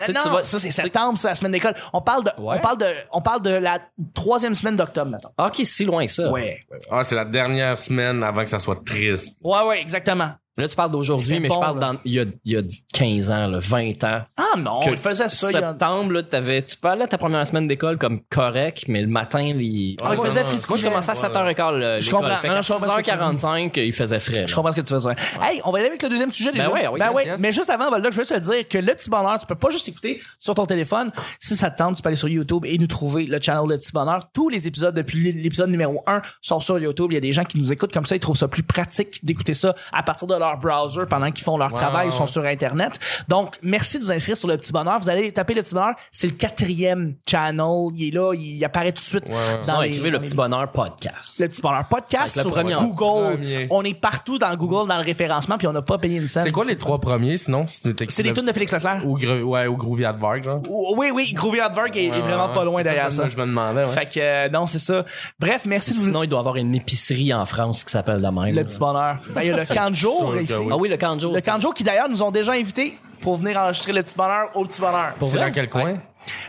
Speaker 3: tu sais,
Speaker 1: Non,
Speaker 3: tu vas-
Speaker 1: ça, c'est
Speaker 3: tu sais-
Speaker 1: septembre, c'est la semaine d'école. On parle de,
Speaker 3: Ouais.
Speaker 1: on parle de, on parle de la troisième semaine d'octobre, maintenant.
Speaker 3: ah, ok, si loin que ça.
Speaker 1: Ouais.
Speaker 2: Ah, c'est la dernière semaine avant que ça soit triste.
Speaker 1: Ouais, ouais, exactement.
Speaker 3: Là, tu parles
Speaker 1: Il
Speaker 3: d'aujourd'hui,
Speaker 1: fait
Speaker 3: mais
Speaker 1: bon,
Speaker 3: je parle
Speaker 1: là.
Speaker 3: dans, il y a, il y a 15 ans, là, 20 ans.
Speaker 1: Ah non,
Speaker 3: Que
Speaker 1: il faisait ça. il y a-
Speaker 3: septembre, là, t'avais- tu parlais de ta première semaine d'école comme correct, mais le matin, il,
Speaker 1: Ah, il
Speaker 2: Ouais,
Speaker 1: faisait
Speaker 2: non,
Speaker 1: frisco.
Speaker 3: Moi, je commençais à
Speaker 2: Ouais.
Speaker 3: 7h15 le- l'école.
Speaker 1: Je comprends.
Speaker 3: Fait
Speaker 1: Non,
Speaker 3: qu'à
Speaker 1: non, je comprends ce que tu
Speaker 3: 6h45, il faisait frais.
Speaker 1: Je comprends ce que tu veux dire. Hey, on va y aller avec le deuxième sujet déjà.
Speaker 3: Ben ouais, oui, yes, yes.
Speaker 1: Mais juste avant, Baldock, je veux te dire que le petit bonheur, tu peux pas juste écouter sur ton téléphone. Si ça te tente, tu peux aller sur YouTube et nous trouver le channel Le Petit Bonheur. Tous les épisodes depuis l'épisode numéro 1 sont sur YouTube. Il y a des gens qui nous écoutent comme ça, ils trouvent ça plus pratique d'écouter ça à partir de leur leur browser pendant qu'ils font leur
Speaker 2: Ouais,
Speaker 1: travail,
Speaker 2: ouais,
Speaker 1: ils sont
Speaker 2: ouais.
Speaker 1: sur Internet. Donc, merci de vous inscrire sur le petit bonheur. Vous allez taper le petit bonheur. C'est le quatrième channel. Il est là, il apparaît tout de suite
Speaker 2: Ouais, ouais.
Speaker 1: dans
Speaker 3: Non,
Speaker 1: les-
Speaker 3: écrivez
Speaker 1: dans
Speaker 3: le
Speaker 1: les-
Speaker 3: petit bonheur podcast.
Speaker 1: le petit bonheur podcast
Speaker 3: Avec le
Speaker 1: sur
Speaker 3: premier.
Speaker 1: Google.
Speaker 2: Premier.
Speaker 1: On est partout dans Google, dans le référencement, puis on n'a pas payé une scène.
Speaker 2: C'est quoi les trois premiers, sinon? C'est
Speaker 1: C'est les tunes de Félix Leclerc.
Speaker 2: Ou, Gre- ouais, ou Groovy Advark, genre.
Speaker 1: Ou- Oui, oui, Groovy Hardwork est, est
Speaker 2: Ouais,
Speaker 1: vraiment
Speaker 2: ouais,
Speaker 1: pas loin
Speaker 2: c'est
Speaker 1: derrière ça.
Speaker 2: moi, Je me demandais, ouais.
Speaker 1: Fait que euh, non, c'est ça. Bref, merci de nous...
Speaker 3: Sinon, il doit y avoir une épicerie en France qui s'appelle la même.
Speaker 1: Le petit bonheur. Ben,
Speaker 2: <laughs>
Speaker 1: il y a le camp de
Speaker 2: euh, sûr
Speaker 1: jour
Speaker 2: que
Speaker 1: ici.
Speaker 2: oui.
Speaker 3: Ah oui, le Kanjo.
Speaker 1: Le camp de jour qui d'ailleurs nous ont déjà invités pour venir enregistrer le petit bonheur au petit bonheur.
Speaker 2: C'est dans quel coin?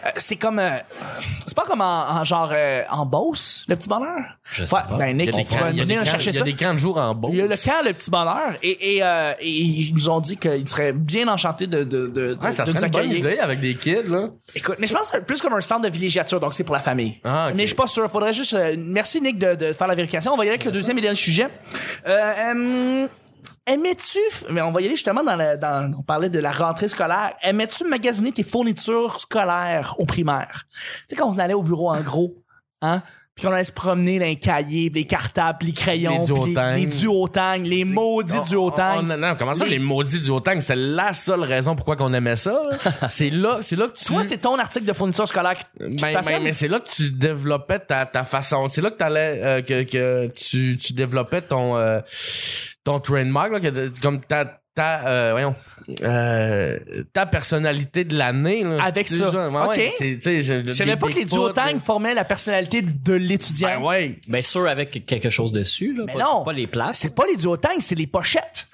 Speaker 1: Euh, c'est comme euh, c'est pas comme en, en genre euh, en Beauce, le petit bonheur.
Speaker 3: Je sais pas.
Speaker 1: Ben Nick,
Speaker 2: Il y a des
Speaker 1: tu
Speaker 2: camps-
Speaker 1: vas
Speaker 2: il y a des
Speaker 1: venir
Speaker 2: camps-
Speaker 1: chercher
Speaker 2: il y
Speaker 1: ça.
Speaker 2: a des camps de jour en Beauce.
Speaker 1: Il y a le camp, le petit bonheur, et, et, euh, et ils nous ont dit qu'ils seraient bien enchantés de, de, de, de-
Speaker 2: Ouais, ça
Speaker 1: de nous
Speaker 2: serait une bonne
Speaker 1: accueillir.
Speaker 2: idée avec des kids, là.
Speaker 1: Écoute, mais je pense que c'est plus comme un centre de villégiature, donc c'est pour la famille.
Speaker 2: Ah, ok.
Speaker 1: Mais je suis pas sûr. Faudrait juste. euh, merci Nick de, de faire la vérification. On va y aller avec le deuxième et dernier sujet. Euh, euh, Aimais-tu, mais on va y aller justement dans, la, dans, on parlait de la rentrée scolaire. Aimais-tu magasiner tes fournitures scolaires au primaire? Tu sais, quand on allait au bureau en gros, hein? Puis qu'on allait se promener dans les cahiers, puis les cartables, puis les crayons,
Speaker 2: Les
Speaker 1: puis
Speaker 2: duotangs.
Speaker 1: les, les duotangs, les maudits
Speaker 2: On-
Speaker 1: duotangs.
Speaker 2: on- non, non, comment ça, les maudits duotangs, c'est la seule raison pourquoi qu'on aimait ça.
Speaker 1: <laughs>
Speaker 2: là. c'est là, c'est là que tu.
Speaker 1: Toi, c'est ton article de fourniture scolaire qui, qui te
Speaker 2: Ben, ben,
Speaker 1: passionne?
Speaker 2: mais c'est là que tu développais ta, ta façon. C'est là que t'allais, euh, que, que tu, tu développais ton, euh, ton trademark, là, que, comme ta, ta, euh, voyons, euh, ta personnalité de l'année. là.
Speaker 1: Avec
Speaker 2: Tu sais,
Speaker 1: ça.
Speaker 2: genre,
Speaker 1: Ok.
Speaker 2: c'est, tu sais, j'ai-
Speaker 1: Je savais
Speaker 2: des-
Speaker 1: pas
Speaker 2: des
Speaker 1: que les
Speaker 2: foot,
Speaker 1: duotangs
Speaker 2: des-
Speaker 1: formaient la personnalité de l'étudiant.
Speaker 2: Ben ouais.
Speaker 3: Bien sûr, avec quelque chose dessus, là.
Speaker 1: Mais
Speaker 3: pas,
Speaker 1: non.
Speaker 3: pas les places.
Speaker 1: C'est pas les duotangs, c'est les pochettes.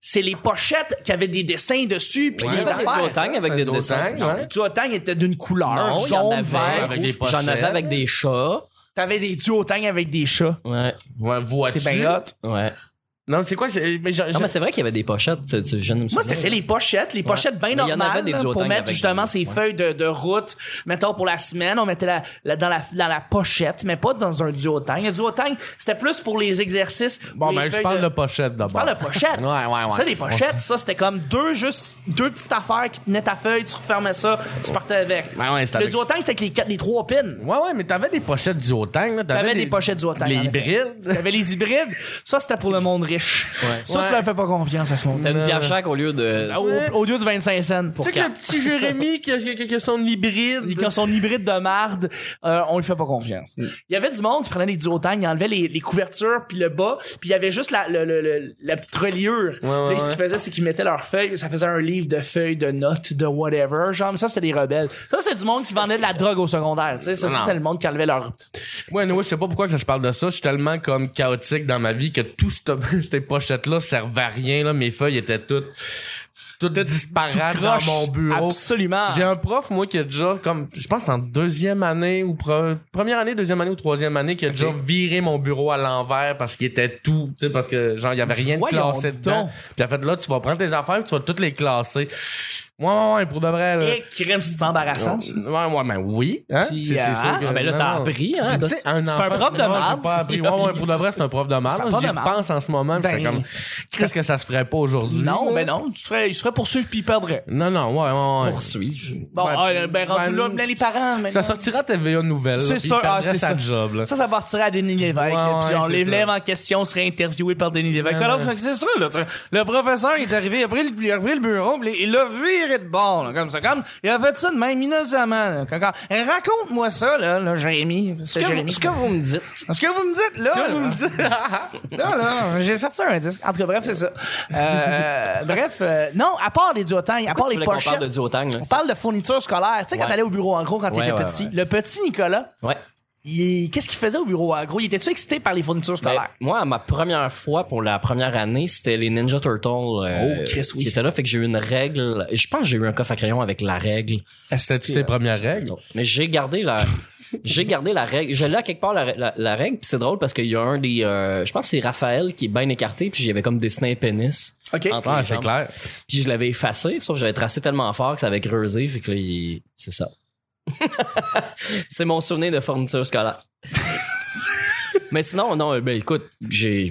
Speaker 1: C'est les pochettes qui avaient des dessins dessus. Puis
Speaker 2: Ouais,
Speaker 1: des
Speaker 3: Il y avait des
Speaker 1: affaires.
Speaker 3: duotangs avec
Speaker 2: c'est
Speaker 3: des
Speaker 2: des
Speaker 3: dessins.
Speaker 2: duotangs, ouais.
Speaker 1: Les duotangs étaient d'une couleur,
Speaker 3: Non, il y en
Speaker 1: jaune,
Speaker 3: avait
Speaker 1: vert.
Speaker 2: avec des
Speaker 3: J'en avais
Speaker 2: pochettes.
Speaker 3: avec des chats.
Speaker 1: T'avais des duotangs avec des chats.
Speaker 3: Ouais.
Speaker 2: Ouais, vois-tu.
Speaker 1: C'est bien hot.
Speaker 3: Ouais.
Speaker 2: Non, c'est quoi? c'est- mais j'ai-
Speaker 3: Non,
Speaker 2: j'ai-
Speaker 3: mais c'est vrai qu'il y avait des pochettes. Tu, tu- je ne me
Speaker 1: Moi,
Speaker 3: souviens.
Speaker 1: c'était les pochettes, les pochettes bien
Speaker 3: Mais il y en
Speaker 1: normales
Speaker 3: avait des
Speaker 1: là, pour
Speaker 3: duotangs
Speaker 1: mettre
Speaker 3: avec
Speaker 1: justement
Speaker 3: des-
Speaker 1: ces
Speaker 3: ouais.
Speaker 1: feuilles de, de route. Mettons pour la semaine, on mettait la, la- dans, la, dans la pochette, mais pas dans un duotang. Un duotang, c'était plus pour les exercices.
Speaker 2: Bon,
Speaker 1: les
Speaker 2: ben, je
Speaker 1: feuilles
Speaker 2: parle
Speaker 1: de-
Speaker 2: de pochette d'abord.
Speaker 1: Je parle de pochette.
Speaker 2: <laughs> Ouais, ouais, ouais.
Speaker 1: Ça, les pochettes, ça, c'était comme deux juste deux petites affaires qui tenaient ta feuille, tu refermais ça, tu partais avec.
Speaker 2: Ben ouais, c'était
Speaker 1: le
Speaker 2: avec-
Speaker 1: duotang, c'était avec les, quatre, les trois pins.
Speaker 2: Ouais, ouais, mais t'avais des pochettes du Haut-Tang, là.
Speaker 1: T'avais des pochettes duotang.
Speaker 2: Les
Speaker 1: en effet.
Speaker 2: hybrides.
Speaker 1: T'avais les hybrides. Ça, c'était pour le monde riche. Ça,
Speaker 2: Ouais.
Speaker 1: tu leur fais pas confiance à ce moment-là.
Speaker 3: C'était une bière chaque au lieu de.
Speaker 1: Au, au lieu de 25 cents pour
Speaker 2: Tu sais que le
Speaker 1: quatre.
Speaker 2: petit Jérémy qui a, qui a- qui a son hybride.
Speaker 1: Quand son hybride de marde, euh, on lui fait pas confiance.
Speaker 2: Mm.
Speaker 1: Il y avait du monde qui prenait les duotangs, il enlevait les, les couvertures puis le bas, puis il y avait juste la, le- le- le- la petite reliure. Puis là,
Speaker 2: ouais,
Speaker 1: ce qu'ils faisaient, c'est qu'ils mettaient leurs feuilles, ça faisait un livre de feuilles, de notes, de whatever. Genre, mais ça, c'est des rebelles. Ça, c'est du monde qui vendait de la drogue au secondaire. Tu sais, ça,
Speaker 2: Non.
Speaker 1: ça, c'est le monde qui enlevait leur.
Speaker 2: Ouais, anyway, je sais pas pourquoi que je parle de ça. Je suis tellement comme chaotique dans ma vie que tout cette, <laughs> ces pochettes-là servaient à rien, là. Mes feuilles étaient toutes, toutes disparates dans
Speaker 1: croche.
Speaker 2: mon bureau.
Speaker 1: Absolument.
Speaker 2: J'ai un prof, moi, qui a déjà, comme, je pense, que c'est en deuxième année ou pre- première année, deuxième année ou troisième année, qui a déjà viré mon bureau à l'envers parce qu'il était tout, tu sais, parce que, genre, il y avait rien de
Speaker 1: Voyons
Speaker 2: classé
Speaker 1: donc.
Speaker 2: dedans. Puis en fait, là, tu vas prendre tes affaires, tu vas toutes les classer. Ouais, ouais, ouais, pour de vrai, là.
Speaker 1: Et crème, Eh, c'est embarrassant. ça.
Speaker 2: euh, Ouais, ouais, mais oui. Hein?
Speaker 1: Puis,
Speaker 2: C'est- c'est
Speaker 1: euh,
Speaker 2: sûr
Speaker 1: hein?
Speaker 2: que-
Speaker 3: Ah, ben là,
Speaker 2: non,
Speaker 3: t'as
Speaker 2: non.
Speaker 3: appris, hein?
Speaker 2: Tu sais, un
Speaker 1: un
Speaker 2: enfant-
Speaker 1: prof de
Speaker 2: Non, j'ai
Speaker 1: marde.
Speaker 2: pas appris. Ouais, ouais, pour de vrai, c'est un prof de
Speaker 1: C'est un
Speaker 2: marde.
Speaker 1: prof
Speaker 2: J'y
Speaker 1: de marde.
Speaker 2: repense en ce moment. puis
Speaker 1: Ben-
Speaker 2: j'étais comme, qu'est-ce que ça se ferait pas aujourd'hui?
Speaker 1: Non,
Speaker 2: là?
Speaker 1: ben non, tu te ferais, il se ferait poursuivre puis il perdrait.
Speaker 2: Non, non, ouais, ouais, ouais.
Speaker 3: Poursuivre.
Speaker 1: Bon,
Speaker 2: Ben,
Speaker 1: ah, ben rendu
Speaker 2: ben,
Speaker 1: là, ben, les parents. maintenant.
Speaker 2: Ça sortira TVA Nouvelle. là,
Speaker 1: C'est
Speaker 2: puis
Speaker 1: sûr,
Speaker 2: il
Speaker 1: ah,
Speaker 2: perdrait
Speaker 1: c'est
Speaker 2: sa
Speaker 1: ça.
Speaker 2: job. là.
Speaker 1: Ça, ça partirait à Denis Lévesque.
Speaker 2: Ouais,
Speaker 1: là, puis
Speaker 2: ouais,
Speaker 1: on
Speaker 2: c'est
Speaker 1: les
Speaker 2: ça.
Speaker 1: lève en question, serait interviewé par Denis Lévesque.
Speaker 2: Ouais,
Speaker 1: Alors,
Speaker 2: ouais.
Speaker 1: fait que c'est ça, là, t'sais, le professeur il est arrivé, il a pris le, il a pris le bureau, puis il l'a viré de bord, là, comme ça. Comme, il a fait ça de même innocemment. là, quand- quand- Eh, Raconte-moi ça, là, là Jérémy.
Speaker 3: Ce
Speaker 1: C'est
Speaker 3: que, vous,
Speaker 1: Jérémy.
Speaker 3: ce que vous me dites.
Speaker 1: Ce que vous me dites, là. là, là, là, j'ai sorti un disque. En tout cas, bref, c'est ça. Euh, bref, euh, non, à part les duotangs, à part
Speaker 3: tu
Speaker 1: les
Speaker 3: voulais qu'on
Speaker 1: pochettes.
Speaker 3: parle de duotang, là?
Speaker 1: On parle de fourniture scolaire. Tu sais, quand
Speaker 3: Ouais.
Speaker 1: t'allais au bureau, en gros, quand
Speaker 3: Ouais,
Speaker 1: t'étais
Speaker 3: ouais,
Speaker 1: petit,
Speaker 3: ouais.
Speaker 1: le petit Nicolas,
Speaker 3: Ouais.
Speaker 1: il- qu'est-ce qu'il faisait au bureau en gros? Il était-tu excité par les fournitures
Speaker 3: Ben,
Speaker 1: scolaires?
Speaker 3: moi, à ma première fois pour la première année, c'était les Ninja Turtles euh,
Speaker 1: Oh, Chris, oui.
Speaker 3: qui étaient là. Fait que j'ai eu une règle. Je pense que j'ai eu un coffre à crayon avec la règle.
Speaker 2: C'était-tu tes premières règles?
Speaker 3: Mais j'ai gardé <laughs> la. J'ai gardé la règle. Je l'ai à quelque part la, la- la règle, puis c'est drôle parce qu'il y a un des. euh, je pense que c'est Raphaël qui est bien écarté, puis j'y avais comme dessiné un pénis.
Speaker 1: OK.
Speaker 3: entre
Speaker 2: Ah,
Speaker 3: les
Speaker 2: c'est
Speaker 3: jambes.
Speaker 2: clair.
Speaker 3: Puis je l'avais effacé, sauf que j'avais tracé tellement fort que ça avait creusé, fait que là, il- c'est ça. c'est mon souvenir de fourniture scolaire. Mais sinon, non, ben écoute, j'ai.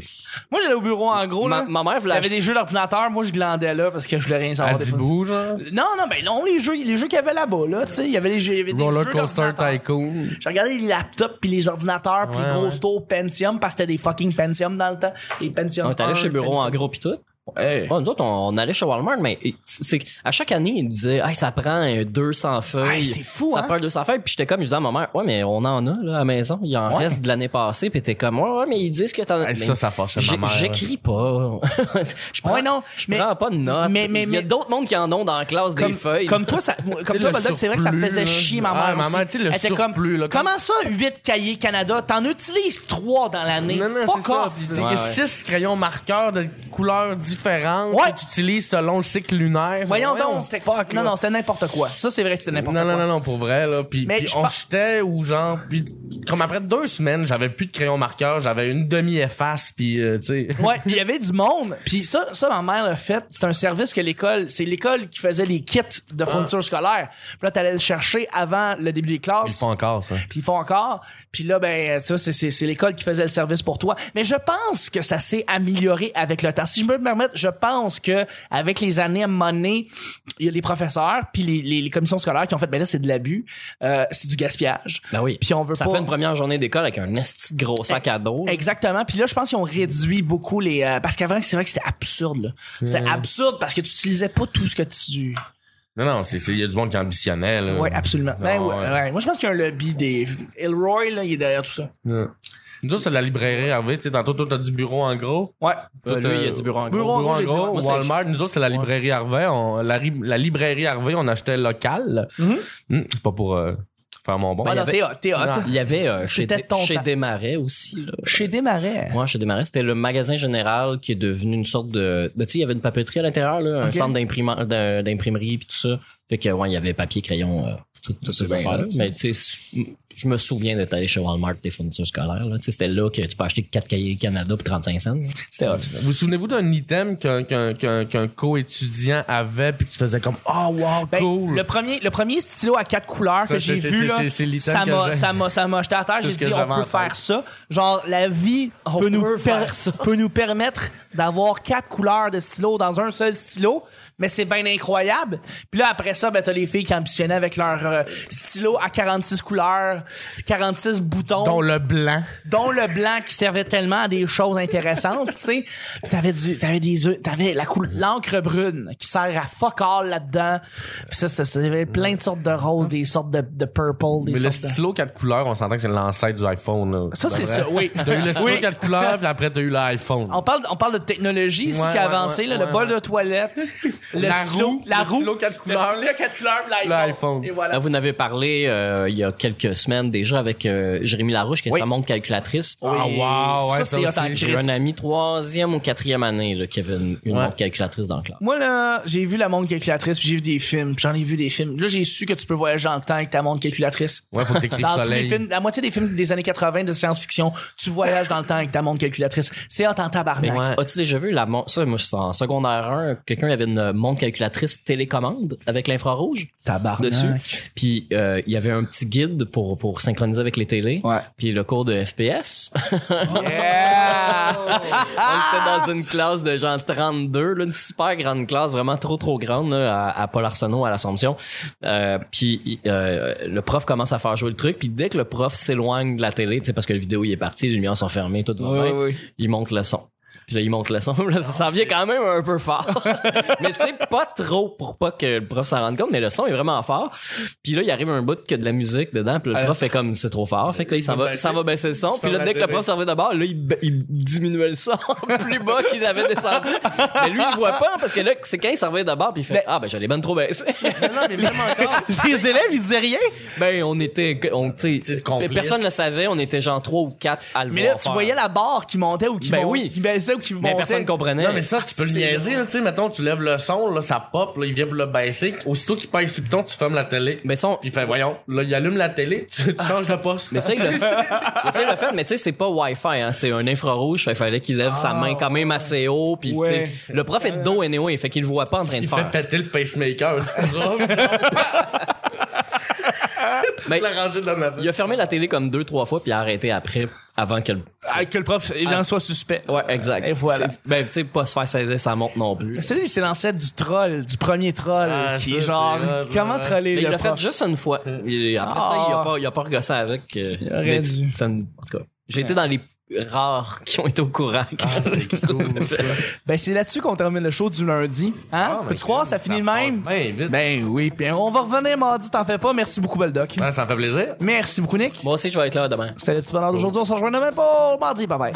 Speaker 1: Moi, j'allais au bureau en gros.
Speaker 3: Ma,
Speaker 1: Là,
Speaker 3: ma mère
Speaker 1: il y
Speaker 3: voulait
Speaker 1: avait
Speaker 3: acheter.
Speaker 1: des jeux d'ordinateur. Moi, je glandais là parce que je voulais rien
Speaker 2: À
Speaker 1: savoir. des fournitures.
Speaker 2: Dibou, genre.
Speaker 1: Non, non, ben non, les jeux, les jeux qu'il y avait là-bas, là, tu sais, il y avait les jeux, il y avait des
Speaker 2: Roller
Speaker 1: jeux
Speaker 2: Coaster
Speaker 1: d'ordinateur.
Speaker 2: Tycoon.
Speaker 1: J'ai regardé les laptops puis les ordinateurs puis
Speaker 2: Ouais,
Speaker 1: les gros
Speaker 2: ouais.
Speaker 1: stores Pentium parce que c'était des fucking Pentium dans le temps. Des Pentium.
Speaker 3: T'allais
Speaker 1: 1,
Speaker 3: chez Bureau
Speaker 1: Pentium-
Speaker 3: en gros, puis tout.
Speaker 2: Hey.
Speaker 3: Ouais, nous autres, on, on allait chez Walmart, mais euh, c'est que à chaque année, ils nous disaient, hey, ça prend euh, 200 feuilles.
Speaker 1: Hey, c'est fou,
Speaker 3: ça
Speaker 1: hein?
Speaker 3: prend 200 feuilles. Puis j'étais comme, je disais à ma mère, ouais, mais on en a, là, à la maison. Il en
Speaker 1: Ouais.
Speaker 3: reste de l'année passée. Puis t'es comme, ouais, ouais, mais ils disent que t'en as.
Speaker 2: Hey,
Speaker 3: Mais
Speaker 2: ça, ça fâche ma
Speaker 3: j'ai-
Speaker 2: mère. ouais.
Speaker 3: J'écris pas. <laughs> je prends,
Speaker 1: Ouais, non,
Speaker 3: je
Speaker 1: mais-
Speaker 3: prends pas de notes.
Speaker 1: mais- mais-
Speaker 3: Il y a
Speaker 1: mais-
Speaker 3: d'autres mondes qui en ont dans la classe
Speaker 1: comme,
Speaker 3: des feuilles.
Speaker 1: comme toi, ça, comme
Speaker 2: le
Speaker 1: toi, Baldock, c'est vrai que ça
Speaker 2: surplus,
Speaker 1: faisait
Speaker 2: là.
Speaker 1: chier ma
Speaker 2: Ah,
Speaker 1: mère.
Speaker 2: ma
Speaker 1: aussi.
Speaker 2: mère, tu sais, le
Speaker 1: Elle était comme,
Speaker 2: surplus, là, comme-
Speaker 1: Comment ça, 8 cahiers Canada? T'en utilises 3 dans l'année.
Speaker 2: Non, non, c'est
Speaker 1: Fuck
Speaker 2: ça.
Speaker 1: off.
Speaker 2: Puis,
Speaker 1: Ouais.
Speaker 2: t'as six crayons marqueurs de couleurs différentes
Speaker 1: Ouais.
Speaker 2: que tu utilises selon le cycle lunaire.
Speaker 1: Voyons donc, c'était
Speaker 2: fuck.
Speaker 1: Non,
Speaker 2: là.
Speaker 1: non, c'était n'importe quoi. Ça, c'est vrai que c'était n'importe
Speaker 2: non,
Speaker 1: quoi.
Speaker 2: non, non, non, pour vrai, là. Puis,
Speaker 1: Mais
Speaker 2: puis
Speaker 1: je
Speaker 2: on
Speaker 1: par-
Speaker 2: jetait ou genre, puis comme après deux semaines, j'avais plus de crayons marqueurs, j'avais une demi-efface, puis euh, tu sais.
Speaker 1: Ouais, il y avait du monde. Puis ça, ça ma mère l'a fait. C'est un service que l'école, c'est l'école qui faisait les kits
Speaker 2: Ah.
Speaker 1: de fourniture scolaire. Puis là, t'allais le chercher avant le début des
Speaker 2: Ils
Speaker 1: classes.
Speaker 2: font encore ça.
Speaker 1: Puis ils font encore. Puis là, ben, ça, c'est, c'est, c'est l'école qui faisait le service pour toi. Mais je pense que ça s'est amélioré avec le temps. Si je peux me permettre, je pense que avec les années à un moment donné, il y a les professeurs puis les, les, les commissions scolaires qui ont fait, ben là, c'est de l'abus, euh, c'est du gaspillage.
Speaker 3: Ben oui.
Speaker 1: Puis on veut
Speaker 3: ça
Speaker 1: pas-
Speaker 3: fait une première journée d'école avec un esti de gros sac à dos.
Speaker 1: Exactement. Puis là, je pense qu'ils ont réduit beaucoup les. euh, parce qu'avant, c'est vrai que c'était absurde. Là. C'était absurde parce que tu utilisais pas tout ce que tu.
Speaker 2: Non, non, c'est, c'est- il y a du monde qui ambitionnait,
Speaker 3: Euh,
Speaker 2: là.
Speaker 1: Ouais, absolument. Ben,
Speaker 2: Non,
Speaker 1: ouais,
Speaker 2: ouais.
Speaker 1: ouais. Moi, je pense qu'il y a un lobby des. Elroy, là, il est derrière tout ça.
Speaker 2: Ouais. Nous autres, c'est la librairie, Hervé. Tu sais, tantôt, toi, t'as du bureau en gros.
Speaker 1: Ouais. Bah,
Speaker 3: Euh, lui, il y a du bureau en
Speaker 1: bureau
Speaker 3: gros.
Speaker 1: en
Speaker 2: Bureau en
Speaker 1: j'ai dit, ouais.
Speaker 2: gros,
Speaker 1: Moi, c'est-
Speaker 2: Walmart. Nous autres, c'est la librairie Harvey. On- la, ri- la librairie Harvey, on achetait local.
Speaker 1: Mhm.
Speaker 2: Mm, c'est pas pour euh, faire mon bon.
Speaker 1: Ah
Speaker 3: il y
Speaker 1: non,
Speaker 3: avait-
Speaker 1: t'es hot, t'es hot.
Speaker 3: Il y avait euh, chez,
Speaker 1: C'était ton
Speaker 3: chez
Speaker 1: temps.
Speaker 3: Desmarais aussi. Là.
Speaker 1: Chez Desmarais.
Speaker 3: Moi, chez Desmarais, c'était le magasin général qui est devenu une sorte de. de, tu sais, il y avait une papeterie à l'intérieur, là, un
Speaker 1: Ok.
Speaker 3: centre d'imprimant- de- d'imprimerie puis tout ça. Fait que, ouais, il y avait papier, crayon, euh, tout- toutes ces
Speaker 2: bien
Speaker 3: affaires-là.
Speaker 2: hot, ça.
Speaker 3: Mais tu sais, je me souviens d'être allé chez Walmart pour des fournitures scolaires. Là. Tu sais, C'était là que tu peux acheter 4 cahiers Canada pour 35 cents. là.
Speaker 1: C'était hot.
Speaker 2: Vous vous souvenez-vous d'un item qu'un, qu'un, qu'un, qu'un co-étudiant avait puis que tu faisais comme Oh, wow,
Speaker 1: Ben,
Speaker 2: cool.
Speaker 1: le, premier, le premier stylo à quatre couleurs
Speaker 2: Ça,
Speaker 1: que j'ai
Speaker 2: c'est-
Speaker 1: vu,
Speaker 2: c'est-
Speaker 1: là,
Speaker 2: c'est- c'est l'item
Speaker 1: ça
Speaker 2: que
Speaker 1: m'a-
Speaker 2: j'ai.
Speaker 1: ça m'a ça m'a jeté à terre.
Speaker 2: C'est
Speaker 1: J'ai
Speaker 2: ce que
Speaker 1: dit, on
Speaker 2: j'avais en
Speaker 1: peut
Speaker 2: tête.
Speaker 1: faire ça. Genre, la vie peut, nous
Speaker 3: peut
Speaker 1: per-
Speaker 3: faire ça.
Speaker 1: peut nous permettre d'avoir quatre couleurs de stylo dans un seul stylo, mais c'est bien incroyable. Puis là, après ça, ben, t'as les filles qui ambitionnaient avec leur euh, stylo à 46 couleurs, 46 boutons
Speaker 2: dont le blanc.
Speaker 1: dont le blanc qui servait tellement à des choses intéressantes, tu sais. Puis T'avais du, t'avais des, oe- t'avais la couleur, l'encre brune qui sert à fuck all là-dedans. Puis ça, ça, ça avait plein de sortes de roses, des sortes de, de purple, des
Speaker 2: Mais le
Speaker 1: sortes de-
Speaker 2: stylo quatre couleurs, on s'entend que c'est l'ancêtre du iPhone. Là.
Speaker 1: Ça, c'est
Speaker 2: vrai.
Speaker 1: ça, oui.
Speaker 2: T'as eu le stylo
Speaker 1: Oui. Ah.
Speaker 2: quatre couleurs, puis après, t'as eu l'iPhone.
Speaker 1: On parle, on parle de technologie ici
Speaker 2: Ouais,
Speaker 1: qui a
Speaker 2: ouais,
Speaker 1: avancé,
Speaker 2: ouais,
Speaker 1: là,
Speaker 2: ouais,
Speaker 1: le bol
Speaker 2: ouais.
Speaker 1: de toilette,
Speaker 2: <laughs>
Speaker 1: le
Speaker 2: La
Speaker 1: stylo,
Speaker 2: roue,
Speaker 1: la
Speaker 2: le
Speaker 1: roue,
Speaker 2: stylo quatre couleurs.
Speaker 1: le stylo quatre couleurs,
Speaker 2: L'iPhone.
Speaker 1: l'iPhone. Et
Speaker 3: Là,
Speaker 1: voilà.
Speaker 3: Ah, vous n'avez parlé euh, il y a quelques semaines déjà avec euh, Jérémy Larouche, qui est
Speaker 1: Oui.
Speaker 3: sa montre calculatrice.
Speaker 2: Ah, wow, ouais,
Speaker 1: ça,
Speaker 2: ça
Speaker 1: c'est hot
Speaker 2: aussi,
Speaker 1: en
Speaker 2: j'ai
Speaker 3: J'ai
Speaker 1: crise.
Speaker 3: un ami troisième ou quatrième année là, qui avait une, une
Speaker 2: Ouais.
Speaker 3: montre calculatrice dans le classe.
Speaker 1: Moi, là, j'ai vu la montre calculatrice, puis j'ai vu des films, puis j'en ai vu des films. Là, j'ai su que tu peux voyager dans le temps avec ta montre calculatrice.
Speaker 2: Ouais, faut que t'écrives
Speaker 1: Dans tous les
Speaker 2: soleil.
Speaker 1: films, la moitié des films des années 80 de science-fiction, tu voyages dans le temps avec ta montre calculatrice. C'est hot en tabarnak.
Speaker 2: Ouais.
Speaker 3: As-tu déjà vu la montre? Ça, moi, je suis en secondaire 1. Quelqu'un avait une montre calculatrice télécommande avec l'infrarouge
Speaker 1: Tabarnak.
Speaker 3: dessus. Puis euh, il y avait un petit guide pour, pour synchroniser avec les télés.
Speaker 1: Ouais.
Speaker 3: Puis le cours de <laughs> FPS.
Speaker 1: Yeah!
Speaker 3: On était dans une classe de genre 32, là, une super grande classe, vraiment trop trop grande là, à, à Paul Arsenault à l'Assomption. Euh, puis il- euh, le prof commence à faire jouer le truc, puis dès que le prof s'éloigne de la télé, tu sais parce que la vidéo il est parti, les lumières sont fermées, tout va bien, il monte le son. Puis là, il monte le son. <laughs> Là, ça vient quand même un peu <laughs> fort. mais tu sais, pas trop pour pas que le prof s'en rende compte, mais le son est vraiment fort. Puis là, il arrive un bout que de la musique dedans. Puis le prof fait comme Ah, c'est trop fort. Fait que là, il s'en va, il s'en va baisser le son. Puis là, dès que le prof s'en va d'abord, là, il, ba- il diminuait le son <laughs> plus bas qu'il avait descendu. Mais lui, il voit pas parce que là, c'est quand il s'en va d'abord. Puis il fait Ah, ben, j'allais ben trop baisser.
Speaker 1: Les élèves, ils disaient rien.
Speaker 3: <laughs> ben, on était. On, tu
Speaker 1: euh,
Speaker 3: sais,
Speaker 2: complice.
Speaker 3: personne le savait. On était genre trois ou quatre à le
Speaker 1: Mais
Speaker 3: voir
Speaker 1: là, tu
Speaker 3: faire.
Speaker 1: voyais la barre qui montait ou qui,
Speaker 3: Ben
Speaker 1: montait,
Speaker 3: oui.
Speaker 1: qui baissait ou qui montait.
Speaker 3: Mais personne comprenait.
Speaker 2: Non, mais ça, tu peux le niaiser, là, tu sais, mettons, tu lèves le son, là, ça pop, là, il vient pour le baisser. Aussitôt qu'il pèse sur le bouton, tu fermes la télé.
Speaker 3: Mais son,
Speaker 2: Puis il fait, voyons, là, il allume la télé, tu, tu changes de poste.
Speaker 3: Mais ça, il le fait. Mais ça, il le fait, mais tu sais, c'est pas Wi-Fi, hein, c'est un infrarouge. Fait, fallait qu'il lève sa main quand même assez haut. Puis, tu sais,
Speaker 1: Ah, Ouais.
Speaker 3: le prof est de dos anyway, fait qu'il le voit pas en train de
Speaker 2: il fait
Speaker 3: faire.
Speaker 2: péter le pacemaker,
Speaker 1: <laughs>
Speaker 2: tu comprends?
Speaker 3: Mais
Speaker 2: Il l'a rangé dans ma
Speaker 3: il a fermé la télé comme deux, trois fois, puis il a arrêté après, avant que le.
Speaker 1: Ah, Que le prof, il en soit suspect.
Speaker 3: Ouais, exact.
Speaker 1: Et voilà.
Speaker 3: C'est- Ben, tu sais, pas se faire saisir sa montre non plus.
Speaker 1: C'est lui, c'est l'ancêtre du troll, du premier troll,
Speaker 2: Ah,
Speaker 1: qui
Speaker 2: ça,
Speaker 1: est genre,
Speaker 2: c'est hot,
Speaker 1: comment
Speaker 2: ouais.
Speaker 1: troller
Speaker 3: Mais il
Speaker 1: le
Speaker 3: l'a fait
Speaker 1: prof? Ah.
Speaker 3: juste une fois. Il- après ça, il a pas, il a pas regossé avec. euh,
Speaker 1: aurait
Speaker 3: mais
Speaker 1: dû.
Speaker 3: ça ne- en tout cas, j'ai été dans les rares qui ont été au courant.
Speaker 2: Ah, c'est cool, ça.
Speaker 1: Ben, c'est là-dessus qu'on termine le show du lundi. Hein?
Speaker 2: Ah, mais
Speaker 1: Peux-tu croire,
Speaker 2: crème,
Speaker 1: ça finit de même?
Speaker 2: passe bien vite.
Speaker 1: Ben oui, puis on va revenir mardi, t'en fais pas. Merci beaucoup, Beldoc.
Speaker 2: Ah, ça me fait plaisir.
Speaker 1: Merci beaucoup, Nick.
Speaker 3: Moi aussi, je vais être là demain.
Speaker 1: C'était le petit bonheur d'aujourd'hui. On se rejoint demain pour mardi. Bye bye.